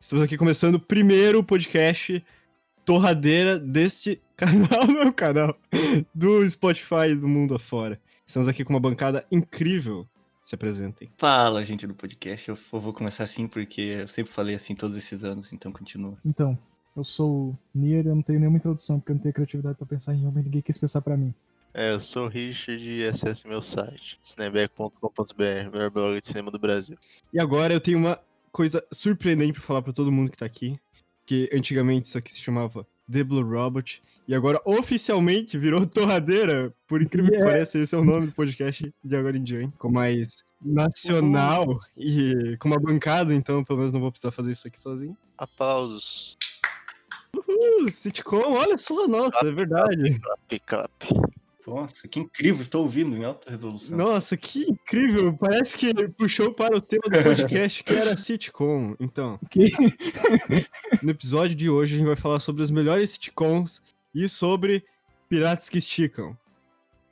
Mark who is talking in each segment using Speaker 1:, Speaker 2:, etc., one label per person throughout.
Speaker 1: Estamos aqui começando o primeiro podcast torradeira desse canal, meu canal, do Spotify do mundo afora. Estamos aqui com uma bancada incrível. Se apresentem.
Speaker 2: Fala, gente do podcast. Eu vou começar assim porque eu sempre falei assim todos esses anos, então continua.
Speaker 3: Então, eu sou o Nier, eu não tenho nenhuma introdução porque eu não tenho criatividade pra pensar em homem, ninguém quis pensar pra mim.
Speaker 4: É, eu sou o Richard e acesse meu site, cinebeck.com.br, melhor blog de cinema do Brasil.
Speaker 1: E agora eu tenho uma coisa surpreendente pra falar pra todo mundo que tá aqui, que antigamente isso aqui se chamava The Blue Robot, e agora oficialmente virou Torradeira, por incrível que
Speaker 3: Yes!
Speaker 1: pareça, esse é o nome do podcast de agora em diante, com mais nacional e com uma bancada, então pelo menos não vou precisar fazer isso aqui sozinho.
Speaker 4: Aplausos.
Speaker 1: Uh, sitcom, olha só, nossa, é verdade.
Speaker 4: Clap, clap.
Speaker 2: Nossa, que incrível, estou ouvindo em alta resolução.
Speaker 1: Nossa, que incrível, parece que puxou para o tema do podcast que era sitcom, então...
Speaker 3: Que?
Speaker 1: No episódio de hoje a gente vai falar sobre as melhores sitcoms e sobre piratas que esticam.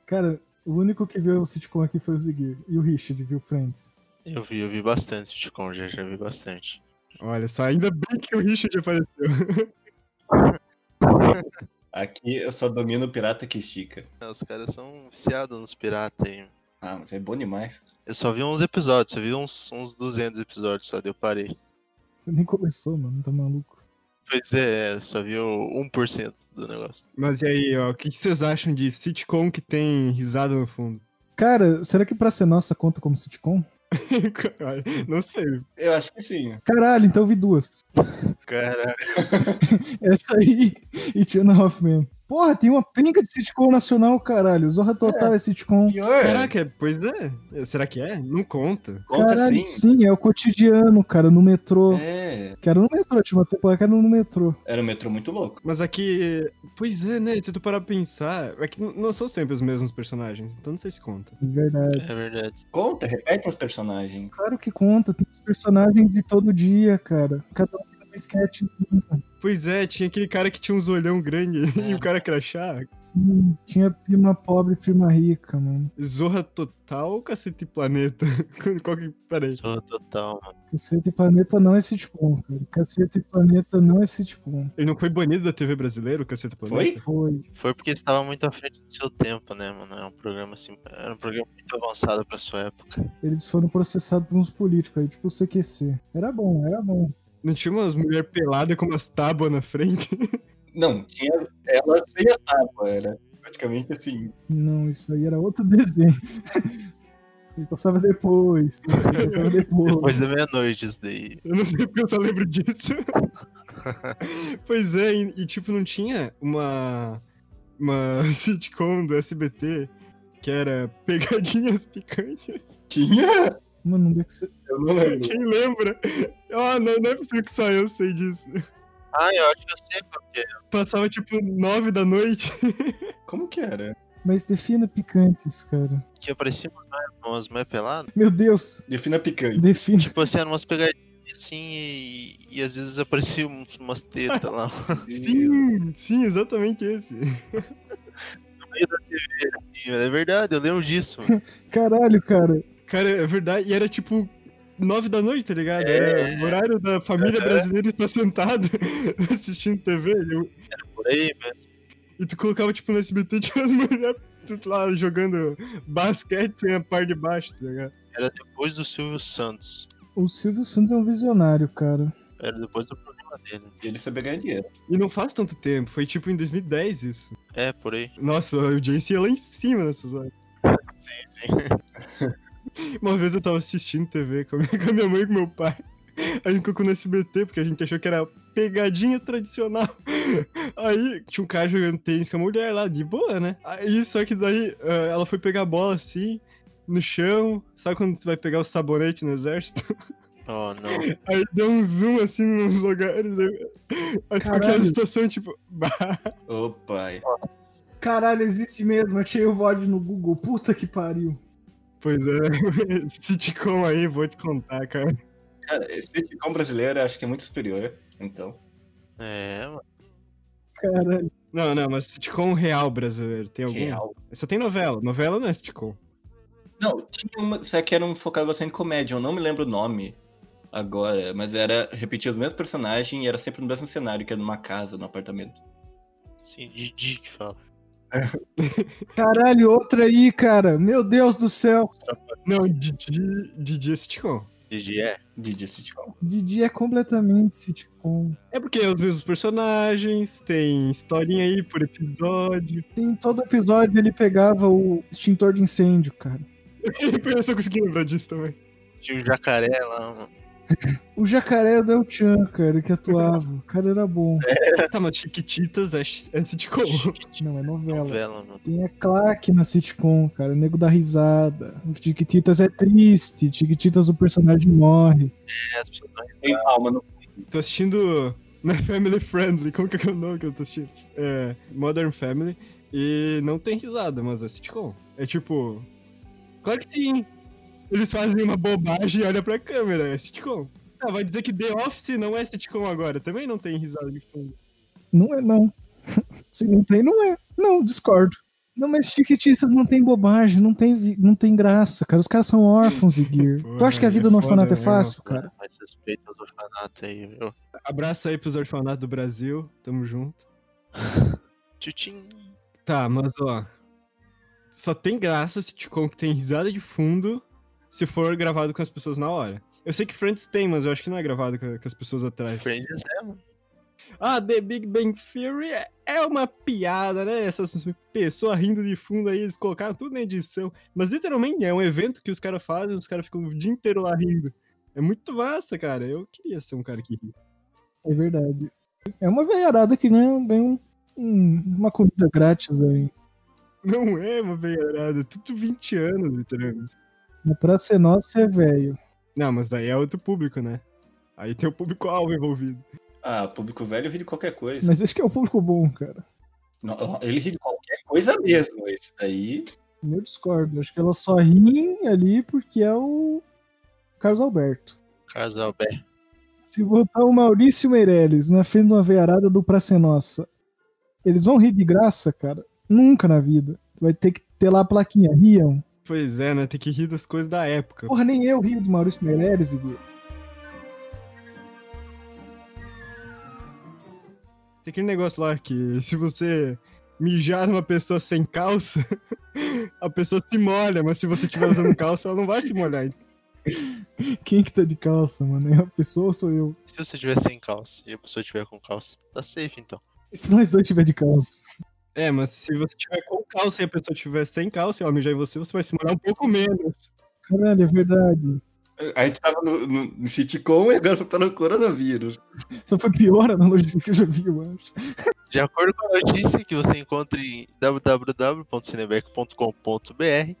Speaker 3: Cara, o único que viu o sitcom aqui foi o Ziggy e o Richard viu Friends.
Speaker 4: Eu vi, eu vi bastante sitcom, já, já vi bastante.
Speaker 1: Olha só, ainda bem que o Richard apareceu.
Speaker 2: Aqui eu só domino o pirata que estica.
Speaker 4: É, Os caras são viciados nos piratas aí.
Speaker 2: Ah, mas é bom demais.
Speaker 4: Eu só vi uns episódios, eu vi uns, uns 200 episódios só, daí eu parei.
Speaker 3: Nem começou, mano, tá maluco.
Speaker 4: Pois é, é, só vi o 1% do negócio.
Speaker 1: Mas e aí, ó, o que que vocês acham de sitcom que tem risada no fundo?
Speaker 3: Cara, será que pra ser nossa conta como sitcom?
Speaker 1: Não sei.
Speaker 2: Eu acho que sim.
Speaker 3: Caralho, então eu vi duas.
Speaker 4: Caraca,
Speaker 3: Essa aí e Tina Hoffman. Porra, tem uma pinga de sitcom nacional, caralho. Zorra Total é, sitcom.
Speaker 2: Pior.
Speaker 1: Caraca, é- pois é. É, Será que é? Não conta.
Speaker 2: conta
Speaker 3: caralho,
Speaker 2: sim.
Speaker 3: sim, é o cotidiano, cara, no metrô.
Speaker 2: É,
Speaker 3: Quero no metrô, tinha uma temporada que era no metrô.
Speaker 2: era um metrô muito louco.
Speaker 1: Mas aqui. Pois é, né? Se tu parar pra pensar, é que n- não são sempre os mesmos personagens, então não sei se conta.
Speaker 3: de Verdade.
Speaker 4: é verdade.
Speaker 2: Conta, repete os personagens.
Speaker 3: Claro que conta, tem os personagens de todo dia, cara. Cada um tem um sketchzinho.
Speaker 1: Pois é, tinha aquele cara que tinha uns olhão grande e
Speaker 4: É.
Speaker 1: o cara crachá.
Speaker 3: assim. Tinha prima pobre e prima rica, mano.
Speaker 1: Zorra Total ou Cacete e Planeta? Qual que. Peraí.
Speaker 4: Sou total, mano.
Speaker 3: Cacete e Planeta não é sitcom, cara. Cacete e Planeta não é sitcom.
Speaker 1: Ele não foi banido da TV brasileira, o Cacete e Planeta?
Speaker 3: Foi.
Speaker 4: Foi porque estava muito à frente do seu tempo, né, mano? É um programa assim, era um programa muito avançado pra sua época.
Speaker 3: Eles foram processados por uns políticos aí, tipo o CQC. Era bom, era bom.
Speaker 1: Não tinha umas mulheres peladas com umas tábuas na frente?
Speaker 2: Não, tinha ela sem a tábua, era praticamente assim.
Speaker 3: Não, isso aí era outro desenho. Isso aí passava depois. Isso aí passava depois.
Speaker 4: Depois da meia-noite, isso daí.
Speaker 1: Eu não sei porque eu só lembro disso. pois é, e, e, tipo, não tinha uma. Uma sitcom do SBT que era Pegadinhas Picantes?
Speaker 2: Tinha?
Speaker 3: Mano, onde é que você.
Speaker 2: Eu não lembro.
Speaker 1: Quem lembra? Ah, não, não é possível que só eu sei disso.
Speaker 4: Ah, eu acho que eu sei qual que é.
Speaker 1: Passava, tipo, nove da noite.
Speaker 2: Como que era?
Speaker 3: Mas defina picantes, cara.
Speaker 4: Que aparecia umas mais, umas mais peladas.
Speaker 3: Meu Deus,
Speaker 2: Defina picante.
Speaker 3: defina.
Speaker 4: Tipo assim, eram umas pegadinhas assim e, e às vezes apareciam uns- umas tetas lá
Speaker 1: Sim, sim, exatamente esse.
Speaker 4: no meio da TV, assim, mano. É verdade, eu lembro disso. mano.
Speaker 3: Caralho, cara.
Speaker 1: Cara, é verdade. E era tipo nove da noite, tá ligado? Era o horário da família brasileira estar sentada assistindo TV. E,
Speaker 4: Por aí, mano.
Speaker 1: e tu colocava, tipo, no SBT, tinha as mulheres tipo, lá jogando basquete sem a par de baixo, tá ligado?
Speaker 4: Era depois do Silvio Santos.
Speaker 3: O Silvio Santos é um visionário, cara.
Speaker 4: Era depois do programa dele.
Speaker 2: Ele sabia ganhar dinheiro.
Speaker 1: E não faz tanto tempo, foi tipo em 2010 isso.
Speaker 4: É, por aí.
Speaker 1: Nossa, a audiência ia lá em cima nessas horas.
Speaker 4: Sim, sim.
Speaker 1: Uma vez eu tava assistindo TV com a minha, com a minha mãe e com meu pai. A gente colocou no SBT porque a gente achou que era pegadinha tradicional. Aí tinha um cara jogando tênis com a mulher lá, de boa, né? Aí só que daí ah, ela foi pegar a bola assim, no chão. Sabe quando você vai pegar o sabonete no exército?
Speaker 4: Oh, não.
Speaker 1: Aí deu um zoom assim nos lugares. Aí, aí ficou aquela
Speaker 3: Caralho.
Speaker 1: situação tipo. bah.
Speaker 2: Ô, pai.
Speaker 3: Caralho, existe mesmo. Achei o VOD no Google. Puta que pariu.
Speaker 1: Pois é, sitcom aí, vou te contar, cara.
Speaker 2: Cara, esse sitcom brasileiro eu acho que é muito superior, então.
Speaker 4: É, mano.
Speaker 3: Caralho.
Speaker 1: Não, não, mas sitcom real brasileiro, tem algum?
Speaker 2: Real.
Speaker 1: Só tem novela. Novela não é sitcom.
Speaker 2: Não, tinha uma. Só que era um focado bastante em comédia, eu não me lembro o nome. agora, mas era repetir os mesmos personagens e era sempre no mesmo cenário, que era numa casa, num apartamento.
Speaker 4: Sim, Didi que fala.
Speaker 3: Caralho, outra aí, cara. Meu Deus do céu.
Speaker 1: Não, Didi, Didi é sitcom.
Speaker 4: Didi é.
Speaker 2: Didi sitcom.
Speaker 3: Didi é completamente sitcom.
Speaker 1: É porque é os mesmos personagens, tem historinha aí por episódio.
Speaker 3: Em todo episódio ele pegava o extintor de incêndio, cara.
Speaker 1: Eu só consegui lembrar disso também.
Speaker 4: Tinha o jacaré lá, mano.
Speaker 3: O jacaré do El Chan, cara, que atuava. O cara era bom.
Speaker 1: Tá, mas Chiquititas é, é sitcom.
Speaker 3: Não, é novela.
Speaker 4: Novela, mano.
Speaker 3: Tem a claque na sitcom, cara. O nego dá risada. O Tiquititas é triste. Tiquititas o personagem morre.
Speaker 4: É, as pessoas não
Speaker 2: Tem palma no
Speaker 1: Tô assistindo na Family Friendly, como que é o nome que eu tô assistindo? É, Modern Family. E não tem risada, mas é sitcom. É tipo. Claro que sim. Eles fazem uma bobagem e olham pra câmera, é sitcom. Ah, vai dizer que The Office não é sitcom agora. Também não tem risada de fundo.
Speaker 3: Não é, não. Se não tem, não é. Não, discordo. Não, mas Tiquititas não tem bobagem, não tem, vi- não tem graça, cara. Os caras são órfãos, Igir.
Speaker 1: Pô,
Speaker 3: Tu acha que a
Speaker 1: é
Speaker 3: vida no
Speaker 1: foda,
Speaker 3: orfanato é
Speaker 1: né,
Speaker 3: fácil,
Speaker 1: mano?
Speaker 3: cara?
Speaker 4: mais respeita os orfanatos aí, viu?
Speaker 1: Abraço aí pros orfanatos do Brasil. Tamo junto.
Speaker 4: Tchutchim.
Speaker 1: Tá, mas ó. Só tem graça sitcom que tem risada de fundo se for gravado com as pessoas na hora. Eu sei que Friends tem, mas eu acho que não é gravado com com as pessoas atrás.
Speaker 4: Friends é, mano.
Speaker 1: Ah, The Big Bang Theory é- é uma piada, né? Essas pessoas rindo de fundo aí, eles colocaram tudo na edição. Mas literalmente é um evento que os caras fazem, os caras ficam o dia inteiro lá rindo. É muito massa, cara. Eu queria ser um cara que ri.
Speaker 3: É verdade. É uma veiarada que ganha bem um- um- uma comida grátis aí.
Speaker 1: Não é uma veiarada, é tudo 20 anos, literalmente.
Speaker 3: Mas Pra ser nosso, você é velho.
Speaker 1: Não, mas daí é outro público, né? Aí tem o público-alvo envolvido.
Speaker 2: Ah, público velho ri de qualquer coisa.
Speaker 3: Mas esse que é o público bom, cara.
Speaker 2: Não, ele ri de qualquer coisa mesmo. Esse daí.
Speaker 3: Eu discordo. Acho que ela só ri ali porque é o Carlos Alberto.
Speaker 4: Carlos Alberto.
Speaker 3: Se botar o Maurício Meirelles na frente de uma veiarada do Pra Ser Nossa, eles vão rir de graça, cara? Nunca na vida. Vai ter que ter lá a plaquinha. Riam.
Speaker 1: Pois é, né? Tem que rir das coisas da época.
Speaker 3: Porra, nem eu rio do Maurício Meirelles, Igor.
Speaker 1: Tem aquele negócio lá que se você mijar numa pessoa sem calça, a pessoa se molha, mas se você estiver usando calça, ela não vai se molhar.
Speaker 3: Quem que tá de calça, mano? É a pessoa ou sou eu?
Speaker 4: Se você tiver sem calça e a pessoa tiver com calça, tá safe então.
Speaker 3: E se nós dois tiver de calça?
Speaker 1: É, mas se você tiver com calça e a pessoa tiver sem calça, e ela mijar em você, você vai se molhar um pouco menos.
Speaker 3: Caralho, é verdade.
Speaker 2: A gente tava no, no, no sitcom e agora tá no coronavírus.
Speaker 3: Só foi a pior analogia que eu já vi, eu acho.
Speaker 4: De acordo com a notícia que você encontra em www.cinebeck.com.br,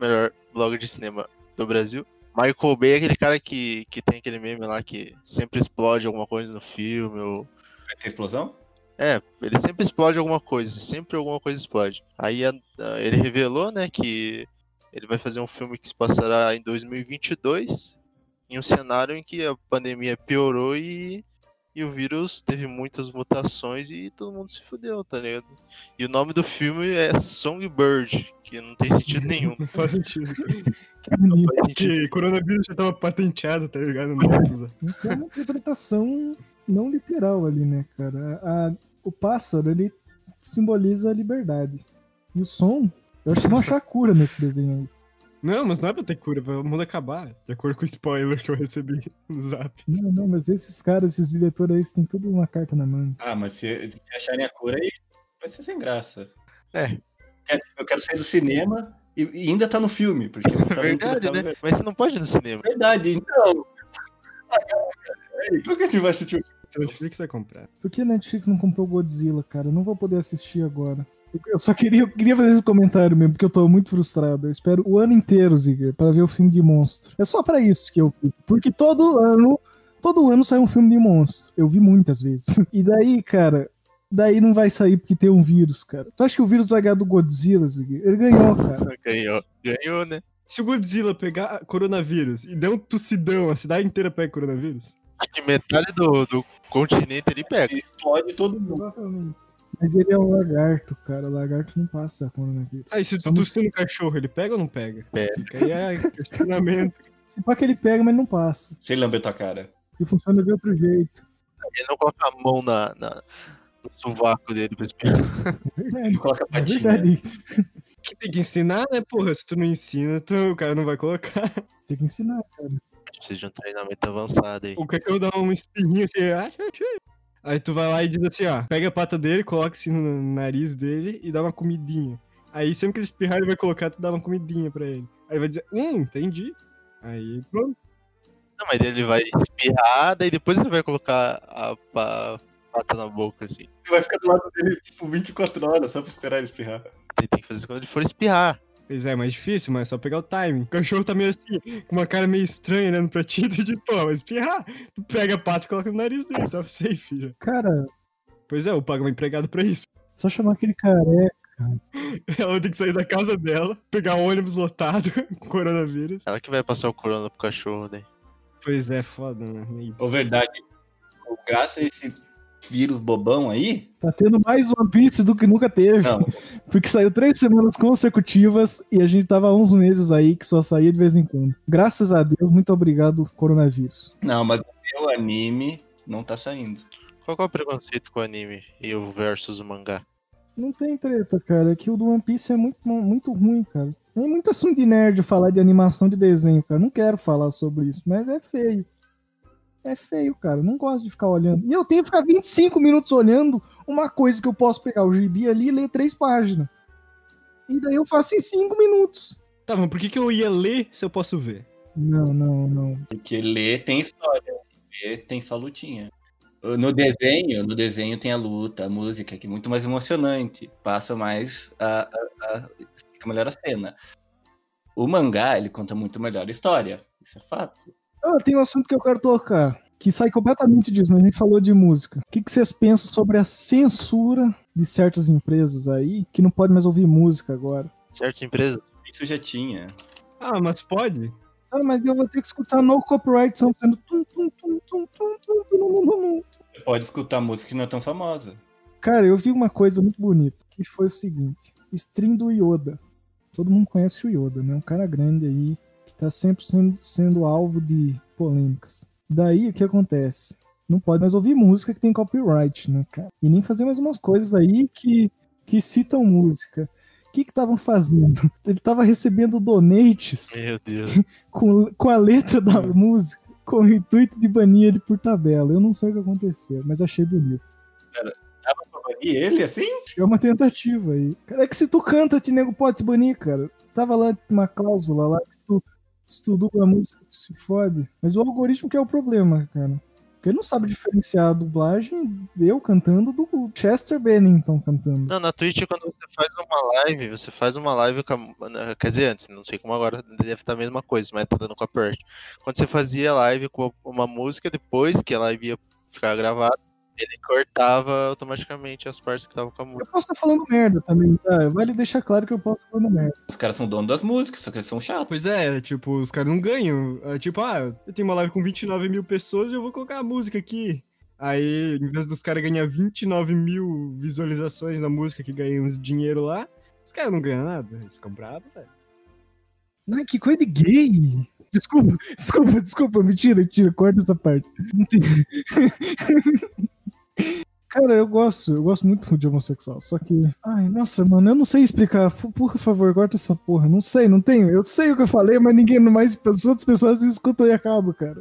Speaker 4: melhor blog de cinema do Brasil. Michael Bay é aquele cara que, que tem aquele meme lá que sempre explode alguma coisa no filme. Ou...
Speaker 2: Vai ter explosão?
Speaker 4: É, ele sempre explode alguma coisa, sempre alguma coisa explode. Aí a- a- ele revelou, né, que ele vai fazer um filme que se passará em 2022, em um cenário em que a pandemia piorou e, e o vírus teve muitas mutações e todo mundo se fudeu, tá ligado? E o nome do filme é Songbird, que não tem sentido nenhum.
Speaker 1: Não faz sentido.
Speaker 3: Que bonito.
Speaker 4: Não faz sentido.
Speaker 1: Porque coronavírus já tava patenteado, tá ligado? Não dá pra usar.
Speaker 3: Então é uma interpretação não literal ali, né, cara? A- a- o pássaro, ele simboliza a liberdade. E o som, eu acho que é uma chacura nesse desenho aí.
Speaker 1: Não, mas não é pra ter cura, é pra o mundo acabar. De acordo com o spoiler que eu recebi no zap.
Speaker 3: Não, não, mas esses caras, esses diretores aí, eles têm tudo uma carta na mão.
Speaker 2: Ah, mas se, se acharem a cura aí, vai ser sem graça.
Speaker 4: É.
Speaker 2: Quer- Eu quero sair do cinema e, e ainda tá no filme. tá Porque eu
Speaker 4: É
Speaker 2: tava
Speaker 4: verdade,
Speaker 2: tava-
Speaker 4: né? Mas você não pode ir no cinema.
Speaker 2: Verdade, então. Ei, Por que a gente vai assistir o
Speaker 1: Se não tiver, que você vai comprar.
Speaker 3: Por que a Netflix não comprou Godzilla, cara? Eu não vou poder assistir agora. Eu- Eu só queria, eu queria fazer esse comentário mesmo, porque eu tô muito frustrado. Eu espero o ano inteiro, Ziggler, pra ver o filme de monstro. É só pra isso que eu fico. Porque todo ano, todo ano sai um filme de monstro. Eu vi muitas vezes. E daí, cara, daí não vai sair porque tem um vírus, cara. Tu acha que o vírus vai ganhar do Godzilla, Ziggler? Ele ganhou, cara.
Speaker 4: Ganhou. Ganhou, né?
Speaker 1: Se o Godzilla pegar coronavírus e der um tossidão, a cidade inteira pega coronavírus?
Speaker 4: Acho que metade do, do continente ele pega.
Speaker 2: filme? Explode todo mundo.
Speaker 3: Provavelmente. Mas ele é um lagarto, cara. Lagarto não é passa coronavírus.
Speaker 1: Ah, e se tu
Speaker 3: Vamos-
Speaker 1: tossir no cachorro, ele pega ou não pega?
Speaker 4: Pega.
Speaker 1: Fica Aí é questionamento.
Speaker 3: Se pá que ele pega, mas não passa.
Speaker 2: Sem lamber tua cara.
Speaker 3: E funciona de outro jeito.
Speaker 4: Ele não coloca a mão na, na- no sovaco dele pra espirrar.
Speaker 2: Ele
Speaker 3: Verdade.
Speaker 2: coloca a
Speaker 3: É
Speaker 2: patinha.
Speaker 3: verdade.
Speaker 1: Que tem que ensinar, né, porra? Se tu não ensina, tu, o cara não vai colocar.
Speaker 3: Tem que ensinar.
Speaker 4: Precisa de um treinamento avançado aí.
Speaker 1: O que eu dar um espirrinho assim, ah, tchau, tchau. aí tu vai lá e diz assim, ó, pega a pata dele, coloca assim no nariz dele e dá uma comidinha. Aí sempre que ele espirrar, ele vai colocar, tu dá uma comidinha pra ele. Aí vai dizer, hum, entendi. Aí pronto.
Speaker 4: Não, mas ele vai espirrar, daí depois ele vai colocar a, pa- pata na boca, assim.
Speaker 2: Tu vai ficar do lado dele, tipo, 24 horas só pra esperar ele espirrar.
Speaker 4: Ele tem que fazer quando ele for espirrar.
Speaker 1: Pois é, mais difícil, mas é só pegar o timing. O cachorro tá meio assim, com uma cara meio estranha né, olhando pra ti, tu diz, pô, vai espirrar. Tu pega a pata e coloca no nariz dele, tá safe já.
Speaker 3: Cara,
Speaker 1: Pois é, eu pago uma empregada pra isso.
Speaker 3: só chamar aquele careca.
Speaker 1: Ela tem que sair da casa dela, pegar um ônibus lotado com coronavírus.
Speaker 4: Ela que vai passar o corona pro cachorro, né? daí.
Speaker 1: Pois é, foda, né? Nem
Speaker 2: Ô, verdade. Ô, Graças a esse vírus bobão aí.
Speaker 3: Tá tendo mais One Piece do que nunca teve.
Speaker 2: Não,
Speaker 3: Porque saiu três semanas consecutivas e a gente tava há uns meses aí que só saía de vez em quando. Graças a Deus, muito obrigado, coronavírus.
Speaker 2: não, mas o meu anime não tá saindo.
Speaker 4: Qual que é o preconceito com o anime e o versus o mangá?
Speaker 3: Não tem treta, cara. É que o do One Piece é muito, muito ruim, cara. Tem muito assunto de nerd falar de animação de desenho, cara. Não quero falar sobre isso, mas é feio. É feio, cara. Não gosto de ficar olhando. E eu tenho que ficar 25 minutos olhando uma coisa que eu posso pegar o gibi ali e ler três páginas. E daí eu faço em cinco minutos.
Speaker 1: Tá, mas por que, que eu ia ler se eu posso ver?
Speaker 3: Não, não, não.
Speaker 2: Porque ler tem história. Ler tem só lutinha. No desenho, no desenho tem a luta, a música, que é muito mais emocionante. Passa mais a. a- a- fica melhor a cena. O mangá, ele conta muito melhor a história. Isso é fato.
Speaker 3: Ah, tem um assunto que eu quero tocar, que sai completamente disso, mas a gente falou de música. O que, que vocês pensam sobre a censura de certas empresas aí, que não podem mais ouvir música agora?
Speaker 4: Certas empresas
Speaker 2: Isso já tinha.
Speaker 1: Ah, mas pode?
Speaker 3: Ah, mas eu vou ter que escutar no copyright, são sendo tum, tum, tum, tum, tum, tum, tum, tum, tum, tum.
Speaker 2: Você pode escutar música que não é tão famosa.
Speaker 3: Cara, eu vi uma coisa muito bonita, que foi o seguinte, stream do Yoda. Todo mundo conhece o Yoda, né? Um cara grande aí, que tá sempre sendo, sendo alvo de polêmicas. Daí, o que acontece? Não pode mais ouvir música que tem copyright, né, cara? E nem fazer mais umas coisas aí que, que citam música. O que que estavam fazendo? Ele tava recebendo donates
Speaker 4: Meu Deus.
Speaker 3: com, com a letra da música, com o intuito de banir ele por tabela. Eu não sei o que aconteceu, mas achei bonito.
Speaker 2: E ele, assim?
Speaker 3: É uma tentativa aí. Cara, é que se tu canta, te nego pode te banir, cara. Tava lá uma cláusula lá que se tu, se tu dubla a música, tu se fode. Mas o algoritmo que é o problema, cara. Porque ele não sabe diferenciar a dublagem de eu cantando do Chester Bennington cantando.
Speaker 4: Não, na Twitch, quando você faz uma live, você faz uma live com a- na- Quer dizer, antes, não sei como agora deve estar a mesma coisa, mas tá dando copyright. Quando você fazia live com uma música, depois que a live ia ficar gravada, ele cortava automaticamente as partes que estavam com a
Speaker 3: Eu
Speaker 4: música.
Speaker 3: posso estar falando merda também, tá? Vale deixar claro que eu posso estar falando merda.
Speaker 2: Os caras são donos das músicas, só que eles são chatos.
Speaker 1: Pois é, tipo, os caras não ganham. É tipo, ah, eu tenho uma live com 29 mil pessoas e eu vou colocar a música aqui. Aí, em vez dos caras ganhar 29 mil visualizações na música que ganham uns dinheiro lá, os caras não ganham nada. Eles ficam bravos, velho.
Speaker 3: Ai, que coisa de gay! Desculpa, desculpa, desculpa, mentira, mentira, corta essa parte. Não tem- Cara, eu gosto, eu gosto muito de homossexual, só que. Ai, nossa, mano, eu não sei explicar. Por, por favor, corta essa porra. Não sei, não tenho. Eu sei o que eu falei, mas ninguém mais. As outras pessoas escutam errado, cara.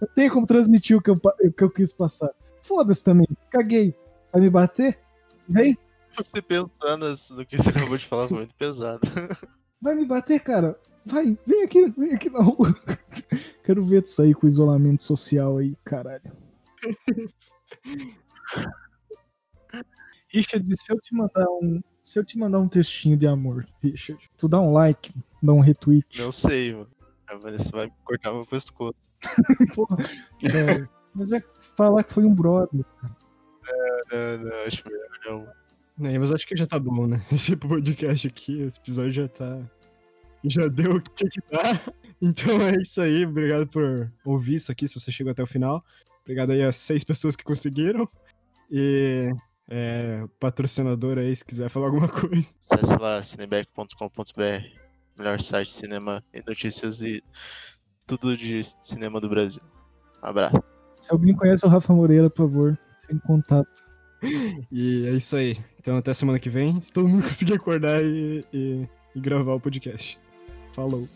Speaker 3: Eu tenho como transmitir o que eu, pa- o que eu quis passar. Foda-se também, caguei. Vai me bater? Vem?
Speaker 4: Você pensando as- no que você acabou de falar foi muito pesado.
Speaker 3: Vai me bater, cara? Vai, vem aqui, vem aqui na rua. Quero ver tu sair com o isolamento social aí, caralho. Richard, se eu te mandar um. Se eu te mandar um textinho de amor, Richard, tu dá um like, dá um retweet.
Speaker 4: Não sei, mano. A Vanessa vai cortar meu pescoço.
Speaker 3: Porra. É, mas é falar que foi um brother.
Speaker 4: Não, não, acho melhor não.
Speaker 1: É, mas acho que já tá bom, né? Esse podcast aqui, esse episódio já tá. Já deu o que tinha que dar. Então é isso aí. Obrigado por ouvir isso aqui, se você chegou até o final. Obrigado aí às seis pessoas que conseguiram. E. É, patrocinador aí, se quiser falar alguma coisa.
Speaker 4: Acesse lá cinebeck.com.br, melhor site de cinema e notícias e tudo de cinema do Brasil. Um Abraço.
Speaker 3: Se alguém conhece o Rafa Moreira, por favor, sem contato.
Speaker 1: E é isso aí. Então até semana que vem, se todo mundo conseguir acordar e- e- e gravar o podcast. Falou.